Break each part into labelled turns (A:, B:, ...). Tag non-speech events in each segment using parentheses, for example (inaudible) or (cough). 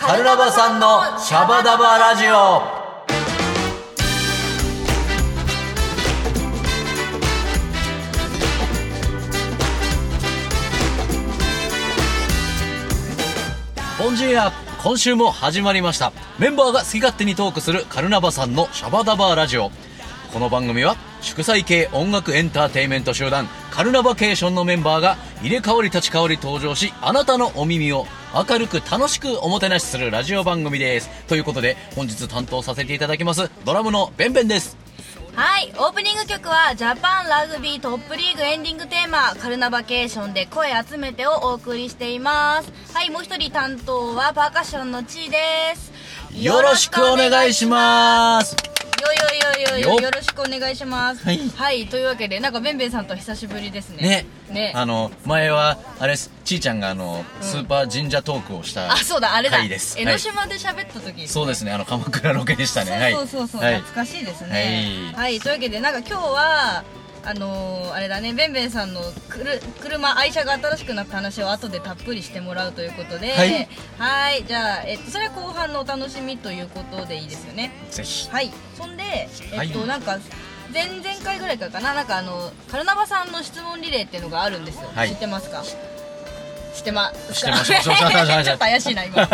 A: カルラバさんのシャバダバラジオボンジーラ今週も始まりましたメンバーが好き勝手にトークするカルナバさんのシャバダバラジオこの番組は祝祭系音楽エンターテインメント集団カルナバケーションのメンバーが入れ替わり立ち替わり登場しあなたのお耳を明るく楽しくおもてなしするラジオ番組ですということで本日担当させていただきますドラムのベンベンです
B: はい、オープニング曲はジャパンラグビートップリーグエンディングテーマ「カルナバケーションで声集めて」をお送りしていますはいもう一人担当はパーカッションのちーです
A: よろしくお願いします
B: よよよよよ
A: よ
B: よろしくお願いします
A: はい
B: というわけでなんかべんべんさんと久しぶりですね
A: ね
B: ね
A: あの前はあれですちーちゃんがあの、スーパー神社トークをした
B: あそうだあれだ
A: 回です
B: 江
A: は
B: ノ
A: い
B: 島で喋った時
A: そうですね、あの鎌倉ロケでしたね。はい。
B: そうそうそう、
A: はい。
B: 懐かしいですね。
A: は
B: はい、というわけで、なんか今日は、あのーあれだね、べんべんさんのくる車、愛車が新しくなった話を後でたっぷりしてもらうということで、
A: はい、
B: はいじゃあ、えっと、それは後半のお楽しみということでいいですよね。
A: ぜひ。
B: はい、そんで、えっと、
A: はい
B: なんか、前々回ぐらいからかな、なんかあの、カルナバさんの質問リレーっていうのがあるんですよ。
A: はい
B: 知ってますか知ってま
A: 知
B: す
A: っ
B: か
A: てます
B: (laughs) ちょっ
A: 知ってます知ってます
B: と怪しいな、今。は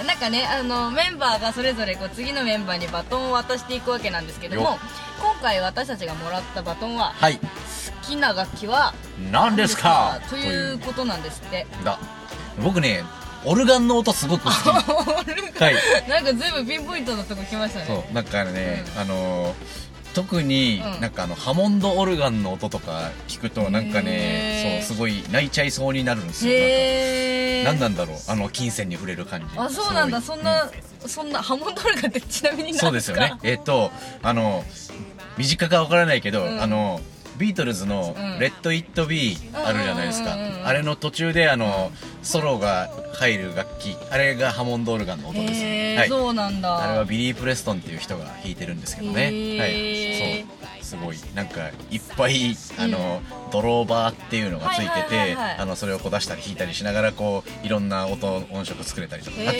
B: い、なんかね、あの、メンバーがそれぞれこう、次のメンバーにバトンを渡していくわけなんですけども
A: よ、
B: 今回私たちがもらったバトンは、
A: はい。
B: 好きな楽器は
A: 何ですか
B: ということなんですって。
A: というだ。僕ね、オルガンの音すごく好き。はい。
B: なんかずいぶんピンポイントのとこ来ましたね。
A: そう、なんかね、
B: う
A: あのー特に、
B: うん
A: なんかあのハモンドオルガンの音とか聞くとなんか
B: へ
A: ね
B: ー
A: そうすごい泣いちゃいそうになるんですよ
B: へー。
A: なんか何なんだろうあの金銭に触れる感じ
B: あそうなんだ
A: す
B: そ
A: ごい
B: んな、
A: う
B: そんなハモンドルガってちなみに何
A: そうですよね
B: か
A: えっ、とあの短かわからないけど、
B: うん
A: あのビートルズの
B: うん
A: 「レッド・イット・ビー」あるじゃないですか、
B: うんうんうんうん
A: あれの途中であのソロが入る楽器あれがハモンドオルガンの音です、
B: へー
A: はい、
B: そうなんだ
A: あれはビリー・プレストンっていう人が弾いてるんですけどね、
B: へー
A: はい、そうすごいなんかいっぱいあの、ドローバーっていうのがつい
B: はい
A: て
B: はいはい
A: て
B: はい
A: あのそれをこう出したり弾いたりしながらこういろんな音音色作れたりとか
B: へー
A: あと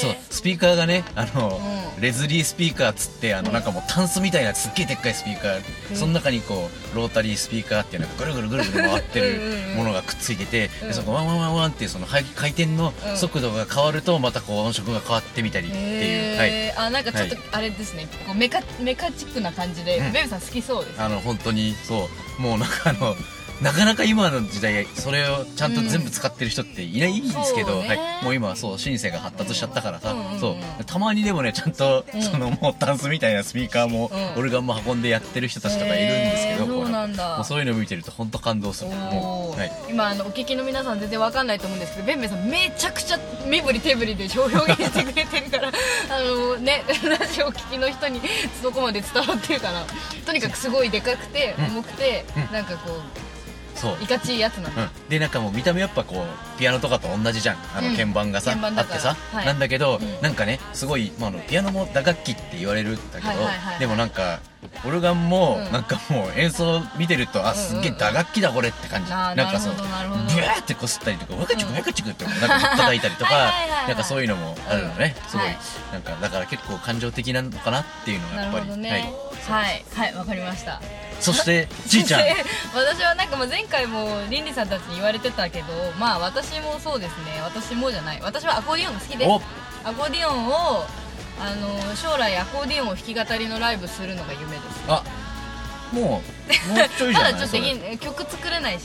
A: そうスピーカーがねあの、
B: うん
A: レズリースピーカーっつってあのなんかもうタンスみたいなすっげえでっかいスピーカー、その中にこうロータリースピーカーっていうのがぐるぐるぐるぐる回ってる
B: うんうんうん
A: ものがくっついてて、
B: うん
A: でそのワンワンワンワンっていうその回回転の
B: うん
A: 速度が変わるとまたこう音色が変わってみたりっていう、はい、
B: へーあなんかちょっと
A: は
B: あれですね、こうメカメカチックな感じで、
A: うん
B: ベルさん好きそうです
A: あの本当にそうもうなんかあの (laughs) なかなか今の時代それをちゃんと全部使ってる人っていないんですけ
B: うん
A: ど、
B: そうね
A: はい、もう今はそうシンセが発達しちゃったからさ、
B: うんうんうん
A: そうたまにでもねちゃんと、
B: うん
A: そのもうダンスみたいなスピーカーも、
B: うん
A: オルガンも運んでやってる人たちとかいるんですけど、
B: へー
A: こ
B: そうなんだ
A: もうそういうの見てると本当感動するも
B: お
A: う、
B: ー
A: はい、
B: 今あのお聞きの皆さん全然わかんないと思うんですけどべんべんさんめちゃくちゃ身振り手振りで表現してくれてるから
A: (laughs)
B: あのねラジオを聞きの人にどこまで伝わってるかなとにかくすごいでかくて
A: うん
B: 重くて、
A: うん
B: なんかこ
A: そう
B: ういかちいやつなんだ、
A: うん、でなんかもう見た目やっぱこうピアノとかと同じじゃんあの
B: うん
A: 鍵盤がさ、
B: 鍵盤
A: あ
B: だ
A: っ
B: か
A: て
B: ら
A: さ、
B: はい
A: なんだけど、
B: うん
A: なんかねすごい、まあ、あのピアノも打楽器って言われるんだけど、
B: はいはいはいはい
A: でもなんかオルガンも、
B: うん
A: なんかもう演奏見てるとあすっげえ打楽器だこれって感じ、
B: あー
A: なんかそう
B: なるほどなるほど
A: ブワーってこすったりとかワクチク
B: うん
A: ワクチクってなんか叩いたりとか
B: はいはいはいはい
A: なんかそういうのもあるのね、
B: うん
A: すごい、
B: はい
A: なんかだから結構感情的なのかなっていうのが
B: な
A: や
B: る
A: っぱ
B: ほ
A: り、
B: ど
A: は
B: ね
A: い、
B: はいはいわ、かりました
A: そしてじ
B: (laughs)
A: いちゃん
B: 私はなんかもう前回もりんりさんたちに言われてたけどまあ私もそうですね私もじゃない私はアコーディオンが好きです
A: お
B: アコーディオンをあの将来アコーディオンを弾き語りのライブするのが夢です
A: あもうもうちょいじゃ
B: た
A: ない
B: だちょっ
A: そ
B: と
A: れ
B: できん曲作れないし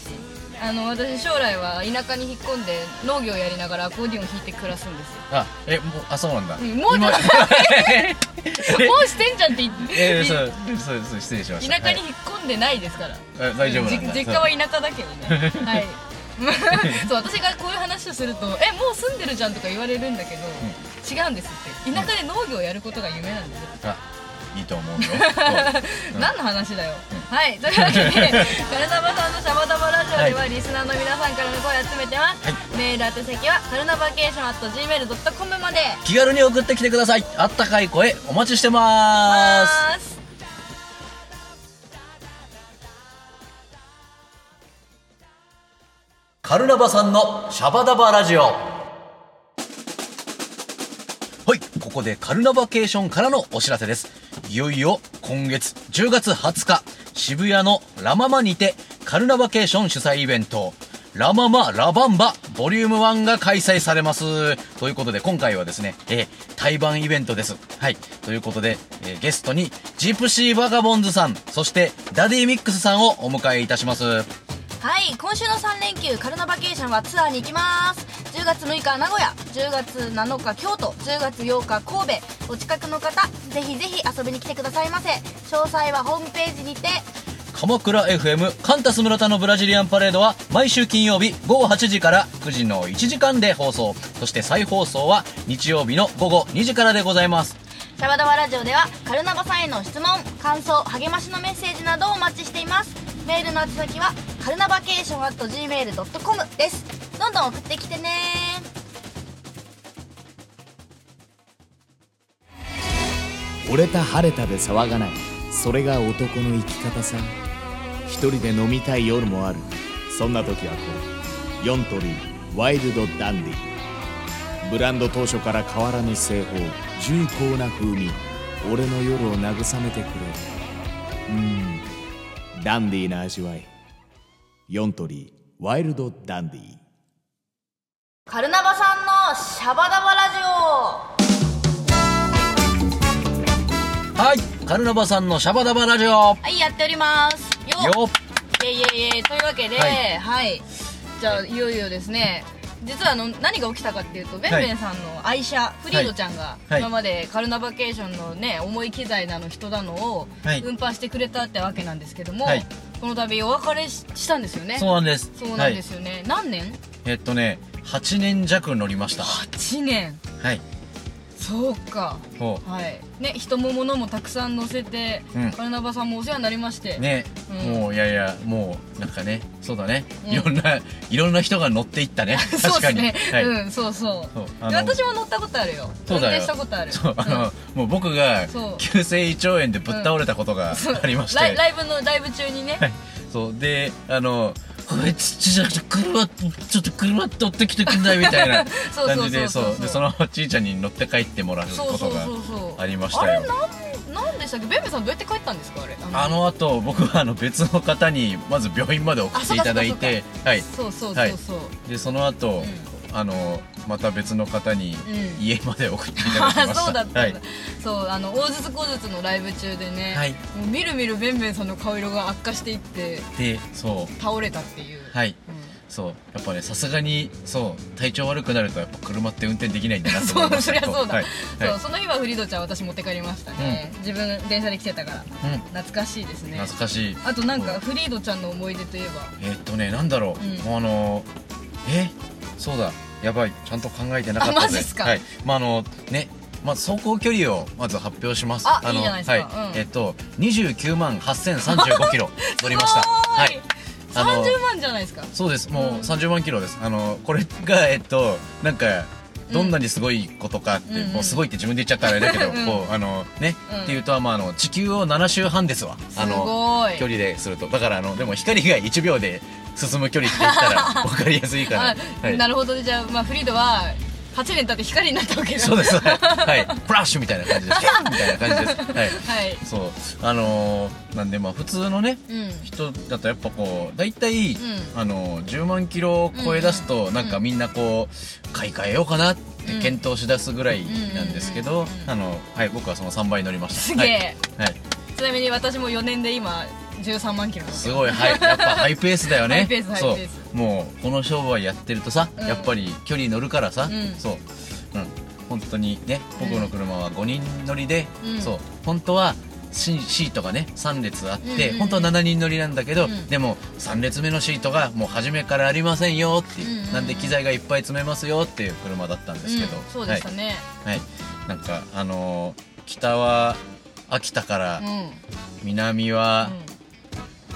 B: あの私将来は田舎に引っ込んで農業やりながらアコーディオン弾いて暮らすんですよ
A: あ、え、もう、あ、そうなんだ。
B: うんもうちょっと (laughs)
A: (laughs) え
B: もうしてんじゃんって言っ
A: えー、そ
B: て (laughs)
A: う、そう、そう、失礼しました。
B: 田舎に引っ込んでないですから、
A: はい、あ大丈夫なんだ。
B: じ実
A: そう
B: 家は田舎だけどね
A: (laughs)
B: はい (laughs) そう私がこういう話をすると「えもう住んでるじゃん」とか言われるんだけど、違うんですって田舎で農業をやることが夢なんですよ
A: あ、いいと思うよ。 (laughs) うん
B: 何の話だよ、
A: うん
B: はいというわけで (laughs) カルナバさんのシャバダバラジオではリスナーの皆さんからの声を集めてます、
A: はい
B: メール宛先はカルナバケーション at gmail.com まで
A: 気軽に送ってきてください。あったかい声、お待ちしてまーす。
B: ーす
A: カルナバさんのシャバダバラジオ。ここでカルナバケーションからのお知らせです。いよいよ今月10月20日、渋谷のラママにてカルナバケーション主催イベント、ラママラバンバボリューム1が開催されます。ということで今回はですね、えー対バンイベントです。はい。ということで、えーゲストにジプシーバガボンズさん、そしてダディミックスさんをお迎えいたします。
B: はい今週の3連休カルナバケーションはツアーに行きます10月6日名古屋10月7日京都10月8日神戸お近くの方ぜひぜひ遊びに来てくださいませ詳細はホームページにて
A: 鎌倉 FM カンタス村田のブラジリアンパレードは毎週金曜日午後8時から9時の1時間で放送そして再放送は日曜日の午後2時からでございます
B: シャバダバラジオではカルナバさんへの質問感想励ましのメッセージなどをお待ちしていますメールの宛先はカルナバケーション at gmail.com ですどんどん送ってきてね
C: 俺た晴れたで騒がないそれが男の生き方さ一人で飲みたい夜もあるそんな時はこれ4トリーワイルドダンディブランド当初から変わらぬ製法重厚な風味俺の夜を慰めてくれるうんダンディーな味わい4トリーワイルドダンディー
B: カルナバさんのシャバダバラジオ
A: はいカルナバさんのシャバダバラジオよ
B: はい、やっております。よ
A: っ
B: イェイイェイイェイというわけで、
A: は
B: はいい、じゃあ、いよいよですね。実はあの何が起きたかっていうと、ベンベンさんの愛車、フリードちゃんが、
A: はい
B: 今までカルナバケーションのね、重い機材なの人だのを
A: はい
B: 運搬してくれたってわけなんですけども、
A: はい
B: この度お別れししたんですよね。
A: そうなんです
B: そうなんです
A: は
B: よね。何年
A: い、えっとね8年弱乗りました
B: ？8年。
A: はい
B: そうか。
A: そ
B: はい。ね、人も物もたくさん乗せて、
A: うん
B: カルナバさんもお世話になりまして。
A: うね、
B: うん
A: もういやいやもうなんかねそうだね、
B: うん
A: いろんないろんな人が乗っていったね
B: (laughs) そうで
A: 確か
B: す
A: に
B: ね、
A: はい
B: うんそうそう
A: そうあの
B: で私も乗ったことあるよ
A: そうだ
B: 運
A: よ
B: 転したことある
A: そうあ
B: ん
A: の、もう僕が
B: そう
A: 急性胃腸炎でぶっ倒れたことが
B: そう
A: ありまして、
B: ライライブのライブ中にね、
A: はいそうであのこいつちじゃなくて車ちょっと車取ってきてくんないみたいな
B: (laughs) そうそうそうそう
A: 感じでそうでそのちいちゃんに乗って帰ってもらう
B: そう
A: こ
B: そ
A: と
B: う
A: が
B: そうそう
A: ありましたよ
B: あれなんなんでしたっけベンベさんどうやって帰ったんですかあれ
A: あの後僕はあの別の方にまず病院まで送っていただいてはい
B: そうそうそうそう、
A: でその後、あのまた別の方に
B: うん
A: 家まで送っていただき
B: あ
A: まし
B: (laughs)
A: た
B: そうだったんだ、
A: はい、
B: そうあの大筒小筒のライブ中でね、
A: はい
B: もうみるみるベンベンさんの顔色が悪化していって
A: でそう
B: 倒れたっていう、
A: はい
B: うん
A: そうやっぱねさすがにそう体調悪くなるとやっぱ車って運転できないんだな
B: (laughs)
A: と
B: そ
A: 思いうまし
B: そり
A: た
B: ゃそうだ、
A: はいはい
B: そうその日はフリードちゃん私持って帰りましたね、自分電車で来てたから
A: うん
B: 懐かしいですね
A: 懐かしい
B: あとなん
A: う
B: かフリードちゃんの思い出といえば
A: えっとねなんだろう、
B: うん
A: もうあのえそうだやばいちゃんと考えてなかった
B: あマジっすか
A: はいまああのねまあ、走行距離をまず発表します
B: あ
A: の
B: いいじゃないですか
A: はい
B: うん
A: えっと29万8035キロ乗りまし
B: (laughs)
A: た
B: すごー
A: はいいあの
B: 30万じゃないですか
A: そうですもう
B: うん
A: 30万キロです、あのこれがえっとなんかどんなにすごいことかって、
B: うん
A: もうすごいって自分で言っちゃったらあれだけど、
B: うん
A: こうあのね、
B: うん
A: っていうとまああの地球を7周半ですわ
B: す
A: あの
B: ごい
A: 距離でするとだからあのでも光が1秒で進む距離って
B: (laughs)
A: 言ったら分かりやすいから、
B: あ
A: はい
B: なるほどねじゃあ,、まあフリードは8年経って光になったわけだ
A: そうですはい、はい、フラッシュみたいな感じです (laughs) キャーみたいな感じですはい
B: はい
A: そうあのーなんでまあ普通のね
B: うん
A: 人だとやっぱこう大体、
B: う
A: あの10万キロを超え出すと、
B: うん
A: なんかみんなこう買い替えようかなって検討しだすぐらいなんですけど、
B: うんうんうんうん
A: あのはい僕はその3倍乗りました
B: すげえ、
A: はいはい、
B: ちなみに私も4年で今13万キロ
A: すごい、はい、やっぱハイペースだよね。
B: ハイペース
A: そ
B: ハ
A: う
B: イペース、
A: もうこの商売やってるとさ、
B: うん
A: やっぱり距離乗るからさ、
B: うん
A: そう、うん、本当にね、
B: うん
A: 僕の車は5人乗りで、
B: うん
A: そう、本当は。シシートがね3列あって、
B: うんうんうん
A: 本当は7人乗りなんだけど、
B: うん
A: でも3列目のシートがもう初めからありませんよっていう,、
B: うんうんうん
A: なんで機材がいっぱい詰めますよっていう車だったんですけど、
B: うん、そうでしたね、
A: はい、はい、なんかあのー北は秋田から、
B: うん
A: 南は、
B: うん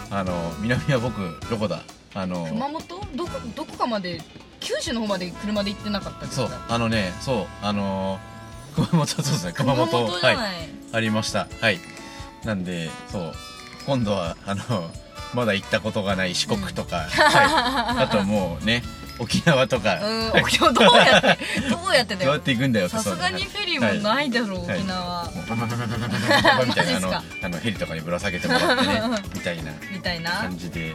A: あの南は僕どこだあの
B: 熊本どこどこかまで九州の方まで車で行ってなかったです
A: そう
B: か
A: あのねそうあの熊本そうですね熊本
B: じゃ
A: はい
B: ない、
A: ありましたはいなんでそう今度はあのまだ行ったことがない四国とか、はい、あともうね沖縄とか、
B: うん沖縄どうやってどうやってだ
A: どうや
B: よ
A: って行くんだよ
B: さすがにフェリーも
A: い
B: ないだろう
A: はい
B: 沖縄
A: もうバンバンバンバンバンバンバンバンバンみ
B: マ
A: たい
B: ジっす
A: なあ
B: か
A: のあのヘリとかにぶら下げてもらってねみたいな
B: みたいなは
A: 感じで
B: い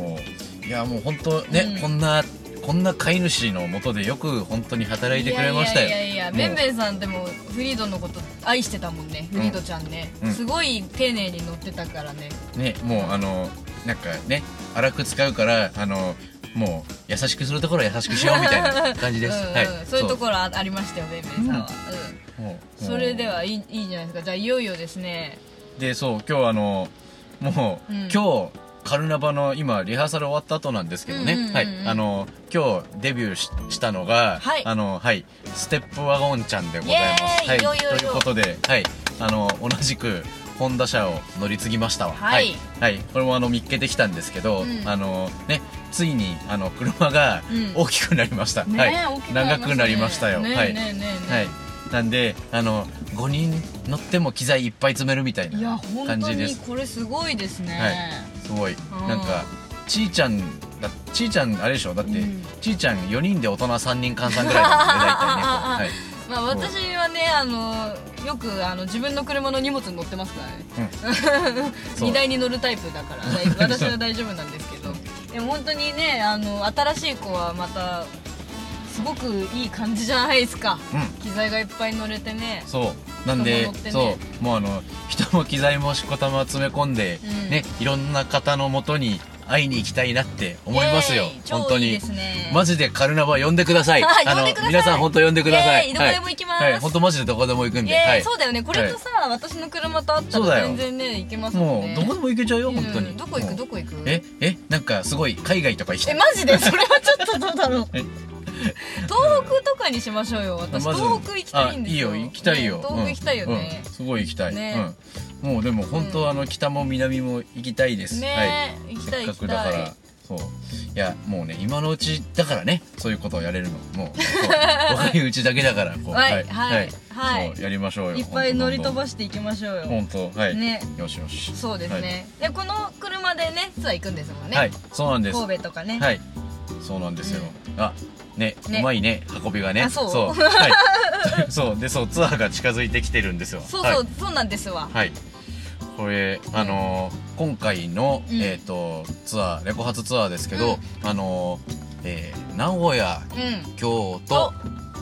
A: もういやもう本当ね、
B: うん
A: こんなこんな飼い主のもとでよく本当に働いてくれましたよ
B: いやいやいや
A: もう
B: ベンベンさんでもフリードのこと愛してたもんねフリードちゃんね、
A: うん
B: すごい丁寧に乗ってたからね
A: ねもうあのなんかね荒く使うからあのもう優しくするところは優しくしようみたいな感じです
B: (laughs) うんうん
A: はい
B: そういうところあありましたよベンベンさんは、うん
A: そうもう
B: それで
A: も
B: はいいいいじゃないですかじゃあいよいよですね
A: うでそう今日あのもう、
B: うん
A: 今日カルナバの今リハーサル終わった後なんですけどね、
B: うんうんうんうん
A: はいあの今日デビューししたのが、
B: はい
A: あのはいステップワゴンちゃんでございます
B: イエーイ
A: はい
B: よいよよ
A: ということではいあの同じくホンダ車を乗り継ぎましたわ
B: はい
A: はい、これもあの見っけてきたんですけど、
B: うん
A: あのねついにあの車が
B: うん
A: 大きくなりました、
B: ね
A: は
B: え、
A: い
B: 大きくなりましたね
A: 長くなりましたよ
B: ねえ
A: はい、
B: ねえねえねえ
A: はい、なんであの5人乗っても機材いっぱい詰めるみたい
B: いや
A: な
B: 本
A: 感
B: 当
A: じで
B: に
A: す
B: これすごいですね、
A: はいすごい
B: ん
A: なんかちーちゃんだちーちゃんあれでしょだって、
B: うん
A: ちーちゃん4人で大人3人換算ぐら
B: (laughs)
A: いなんで
B: まあ私はねあのよくあの自分の車の荷物に乗ってますからね
A: 大体ねこう、はい
B: (laughs)
A: そう
B: 荷台に乗るタイプだ
A: (laughs)
B: から大私は大丈夫なんですけどでも本当にねあの新しい子はまたすごくいい感じじゃないですか、
A: うん
B: 機材がいっぱい乗れてね
A: そうなんで、
B: 人も乗ってね
A: そうもうあの人も機材もしこたま詰め込んで、
B: うん
A: ねいろんな方のもとに会いに行きたいなって思いますよ
B: イエーイ超
A: 本当に
B: いいですね
A: マジでカルナバ呼んでください
B: 呼んでください
A: あの皆さん本当呼んでください
B: イエーイどこでも行きます
A: はいはい、本当マジでどこでも行くん
B: い
A: で、
B: や、
A: はい、
B: そうだよねこれとさ、私の車とあった
A: そうだ
B: ら
A: よ
B: 全然ね行けますもん
A: も
B: ね
A: うどこでも行けちゃうよ、
B: うん
A: 本当に
B: どこ行
A: も
B: く
A: う
B: どこ行く
A: ええなんかすごい海外とか行きた
B: え
A: い
B: マジでそれはちょっとどうだろう
A: え
B: 東北とかにしましょうよ私
A: まず
B: 東北行きたいんですよ
A: あいいよ行きたいよ、
B: ね東北行きたいよね
A: うん、すごい行きたい、
B: ね
A: うん、もうでも本当、あの北も南も行きたいです、はい
B: ね行きたい
A: せ
B: 行
A: っか
B: き
A: くだ
B: た
A: か
B: い
A: らそういやもうね今のうちだからねそういうことをやれるのもうこ
B: (laughs)
A: う若いうちだけだからこう
B: はいはいはい
A: そうやりましょうよ
B: いっぱい乗り飛ば
A: し
B: していきましょうよ
A: 本当はい、
B: ね
A: よしよし
B: そうですね、でこの車でねツアー行くんですもんね、
A: はい、はいそうなんです
B: 神戸とかね、
A: はいそうなんですよ、あね
B: ね
A: うまいね運びがね
B: あそう
A: はい、 (laughs) そうでそうツアーが近づいてきてるんですよ
B: そう
A: はい
B: そう、そうなんですわ
A: はい。これ、あのー今回の、
B: うん
A: えっ、と、ツアー、レコ発ツアーですけど、あのーえー名古屋、
B: うん
A: 京都、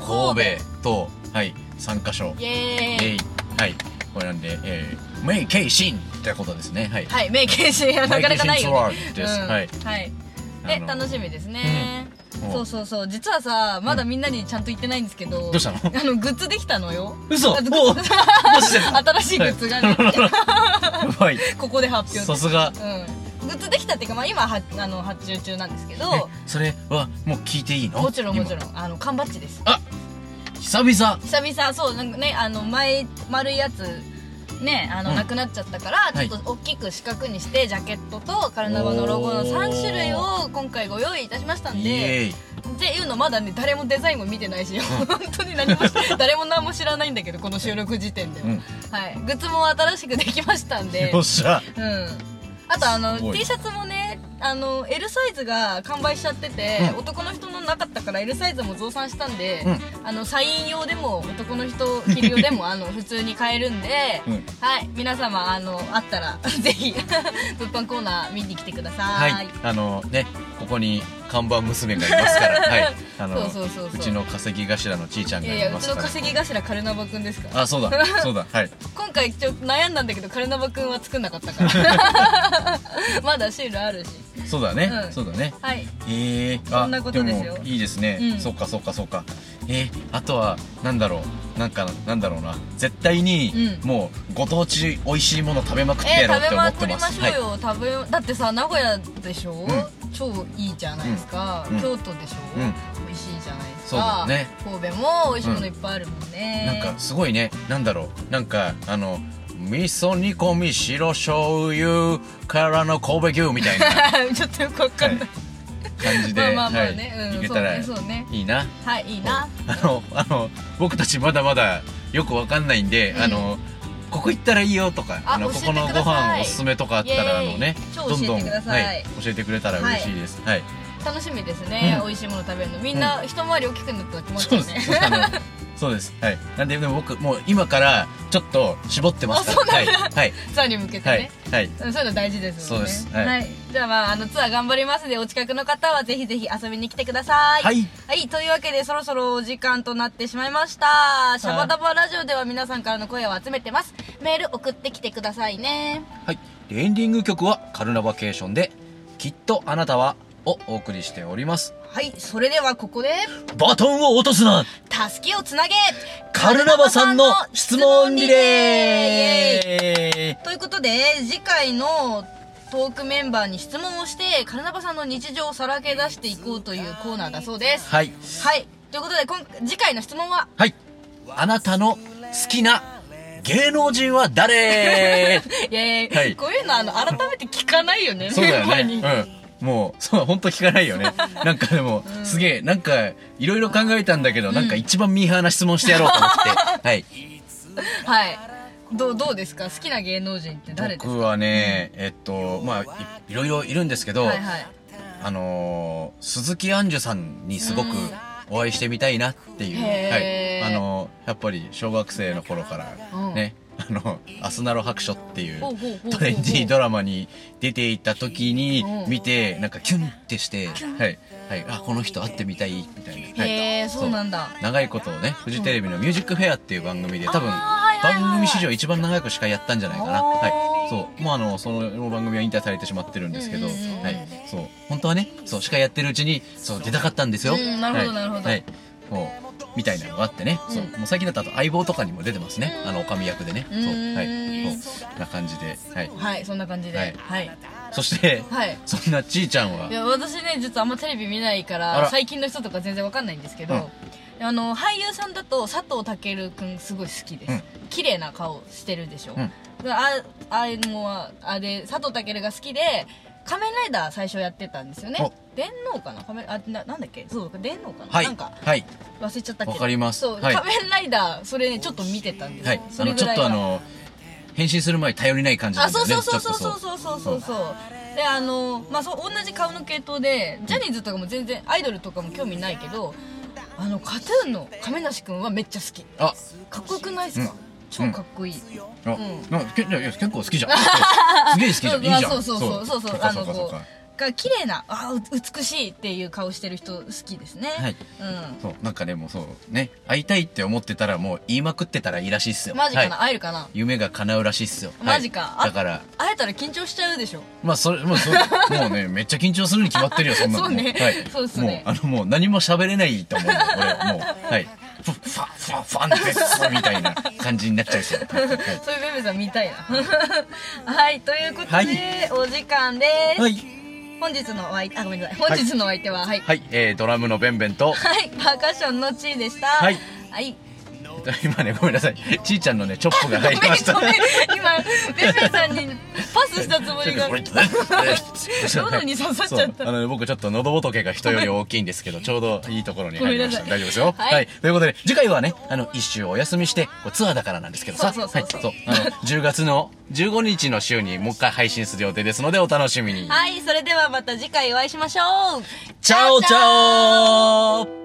B: お
A: 神戸と、はい、3カ所。
B: イエーイ
A: えいはい。これなんで、えー、メイケイシンってことですね。はい。
B: はい名形式はなかなかないよね
A: 名形式ツアーです
B: うん
A: はい
B: はい
A: あ
B: え
A: の
B: 楽しみですね、
A: うん
B: そうそうそう実はさまだみんなにちゃんと言ってないんですけど、
A: どうしたの
B: あのグッズできたのよ
A: 嘘お
B: あ
A: う
B: グ
A: どう
B: ッズ
A: してんの
B: 新しいグッズが
A: (laughs)
B: ね、
A: やばい。
B: ここで発表
A: さすが。
B: うん、グッズできたっていうか、まあ、今はあの発注中なんですけど
A: え、それは、もう聞いていいの
B: もちろんもち
A: ん。
B: ろんあの缶バッジです
A: あ久々
B: 久々そうなんかねあの前丸いやつねあの、
A: うん
B: なくなっちゃったから
A: はい
B: ちょっと大きく四角にして、ジャケットとカルナバのロゴの3種類を今回ご用意いたしましたん
A: イ
B: で
A: エーイ。
B: っていうのまだね誰もデザインも見てないし本当に何も誰も何も知らないんだけどこの収録時点では、
A: うん
B: はい、グッズも新しくできました
A: (laughs)
B: んで
A: よっしゃ。
B: うんあとあの
A: すごい
B: T シャツもねあの L サイズが完売しちゃってて、
A: うん
B: 男の人のなかったから L サイズも増産したんで、
A: う
B: あのサイン用でも男の人着る用で
A: (laughs)
B: もあの普通に買えるんで、
A: うん
B: はい皆様あのあったら (laughs) ぜひ物販コーナー見に来てください、
A: はい、あのね、ここに看板娘がいます
B: (laughs)
A: から、はい、あ
B: そ
A: の
B: うそうそうそう
A: ちの稼ぎ頭のちいちゃん
B: い
A: が
B: やい
A: い
B: や
A: ま
B: うち
A: すか
B: の
A: ら。
B: 稼ぎ頭カルナバくんですから
A: あ、そう
B: (laughs)
A: だ、そうだ、はい。
B: 今回ちょっと悩んだんだけどカルナバくんは作んなかったから
A: (laughs)
B: (laughs) まだシールあるし
A: そうだね、
B: うん
A: そうだね。
B: はい
A: ええ
B: そんなことですよ
A: もいいですね、
B: うん
A: そっかそっかそっかえー、あとはなんだろうなんかなんだろうな絶対に、
B: う
A: もうご当地美味しいもの食べまくって
B: え
A: やろ
B: ー、
A: うって
B: 食べ
A: 思
B: ま
A: っ
B: く
A: て
B: り
A: ま、
B: ますしょうよ、食べだってさ名古屋でしょ、
A: ん
B: 超いいじゃないですか、
A: うん
B: 京都でしょ、
A: うん
B: 美味しいじゃないですか
A: そうだね
B: 神戸も美味しいものいっぱいあるもんね、
A: はい、なんかすごいねなんだろうなんかあの味噌煮込み白醤油からの神戸牛みたいな
B: (laughs) ちょっとよくわかんない、
A: 感じで、
B: (laughs) ま
A: はい
B: あまあまあね、うん
A: いけたら
B: そうねそうね
A: いいな。
B: はい、いいな
A: あの、あの、僕たちまだまだよくわかんないんで、
B: うん
A: あの、ここ行ったらいいよとか、
B: あ
A: の、
B: 教
A: こ
B: えて
A: この
B: く
A: ご
B: ださい
A: 飯おすすめとかあったら、あ
B: イエーイ
A: のね、
B: 超
A: どんど
B: 教え
A: ん、
B: てください
A: はい、教えてくれたら嬉しいです。はい。
B: 楽しみですね、
A: うん
B: 美味しいもの食べるのみんな一回り大きくなったら気持ち
A: そ
B: いうい
A: です (laughs)
B: ね (laughs)
A: 僕あのそうですはいなんででも僕もう今からちょっと絞ってますからはいはい
B: ツアーに向けてね、
A: はいはい
B: うんそういうの大事ですもんね
A: そうですはい
B: じゃあまああのツアー頑張りますのでお近くの方はぜひぜひ遊びに来てください
A: はい、
B: というわけでそろそろお時間となってしまいましたシャバダバラジオでは皆さんからの声を集めてますメール送ってきてくださいね
A: はい、でエンディング曲はカルナバケーションで「きっとあなたは」をお送りしております
B: はいそれではここで
A: バトンを落とすな
B: 助けをつなげ
A: カルナバさんの質問リレー
B: ということで次回のトークメンバーに質問をしてカルナバさんの日常をさらけ出していこうというコーナーだそうです
A: はい
B: はいということで今次回の質問は (laughs)
A: はいあなたの好きな芸能人
B: (laughs)
A: は誰
B: いやいや、
A: はい
B: こういうのあの改めて聞かないよね
A: そうだ
B: メ
A: よ
B: ンバーに
A: ねうんもうそう本当聞かないよねなんかでも、
B: (laughs)
A: すげえなんかいろいろ考えたんだけど、なんか一番ミーハーな質問してやろうと
B: (laughs)
A: 思ってはい
B: はいどうどうですか好きな芸能人って誰ですか
A: 僕はね、えっとまあいいろいろいるんですけど、
B: はいはい
A: あのー鈴木杏樹さんにすごく
B: うん
A: お会いしてみたいなっていう、
B: へー
A: はいあのーやっぱり小学生の頃からね、あの「アスナロ白書」っていう
B: ほうほうほうほう
A: トレンディードラマに出ていた時に
B: うん
A: 見てなんかキュンってして、はいはい、あこの人会ってみたいみたいな。はい
B: へえそうなんだ
A: 長いことをねフジテレビの「ミュージックフェア」っていう番組で多分
B: あーはいはいはい
A: 番組史上一番長い子しかやったんじゃないかな
B: おー
A: はいそうもうあのその番組は引退されてしまってるんですけど、
B: うんうんうんうん
A: はいそう本当はねそう司会やってるうちにそう出たかったんですよ、
B: うんなるほど
A: はい
B: なるほど
A: はいこうみたいなのがあってね、そう
B: う
A: もう最近だとあと相棒とかにも出てますね、あのおかみ役でね、
B: うん
A: そうはいそうな感じではい
B: はいそんな感じでは
A: はいい
B: はい、、
A: そして、そんなちーちゃんはい
B: や私ね実はあんまテレビ見ないか
A: あ
B: ら
A: ら
B: 最近の人とか全然わかんないんですけど、
A: うん
B: あの俳優さんだと佐藤健くんすごい好きです、
A: うん
B: 綺麗な顔してるでしょ、
A: うん
B: あああいうのはあれ佐藤健が好きで仮面ライダー最初やってたんですよね
A: お
B: 電脳かな仮面あななんだっけそう電脳かな、
A: はい
B: なんか
A: はい
B: 忘れちゃったけど
A: わかります
B: そう、
A: はい
B: 仮面ライダーそれねちょっと見てたんですよ、
A: はい
B: そ
A: あ
B: れ
A: の
B: ぐ
A: ちょ
B: らい
A: っと
B: は
A: あの変身する前に頼りない感じな
B: あ
A: んだ
B: そ
A: よ
B: う
A: ね
B: そうそう
A: ちょ
B: そう
A: っと
B: そうそうそうそうそうであのまあそう同じ顔の系統でジャニーズとかも全然アイドルとかも興味ないけどあのカトゥーンの亀梨君はめっちゃ好き
A: あ
B: かっこよくないですか、
A: うん
B: 超かっこいい、
A: あ、
B: ん
A: なんかけいやいや結構好きじゃんすげえ好きじ
B: (laughs)
A: ゃんいいじゃん
B: あそうそうそうそうそう
A: か
B: あ
A: そ
B: の
A: うかそう
B: こ
A: か
B: うが綺麗なあう美しいっていう顔してる人好きですね、
A: はい
B: うん
A: そうなんかねもうそうね会いたいって思ってたらもう言いまくってたらいいらしいっすよ
B: マジかな、
A: はい
B: 会えるかな
A: 夢が叶うらしいっすよはい
B: マジかあ
A: だから
B: 会えたら緊張しちゃうでしょ
A: まあそれもうそもうね (laughs) めっちゃ緊張するに決まってるよそんなの
B: (laughs) そうね
A: もはい
B: そうっすね
A: もうあのもう何も喋れないと思うんだよ俺もうはいファファファファンですみたいな感じになっちゃいそうはいはい
B: そういうベベさん見たいな (laughs) はいということで、
A: はい
B: お時間です、
A: はい、
B: 本日のお相手あごめんなさい本日のお相手ははい、
A: はいえー、ドラムのベンベン
B: は
A: と (laughs)
B: い、パーカッションのチーでした。
A: はい
B: はい。
A: 今ねごめんなさいちーちゃんのねチョップが入りま
B: (laughs)
A: した
B: ごめん今、ベンベンさんにパスしたつもりが。喉に刺さっちゃった
A: そうあのね僕ちょっと喉仏が人より大きいんですけどちょうどいいところに入りました
B: ごめんなさい
A: 大丈夫ですよ
B: はい
A: ということで次回はねあの一周お休みしてこうツアーだからなんですけどさ
B: そうそうそうそう
A: はいそうあの10月の15日の週にもう一回配信する予定ですのでお楽しみに
B: はい、それではまた次回お会いしましょう。
A: チャオチャオ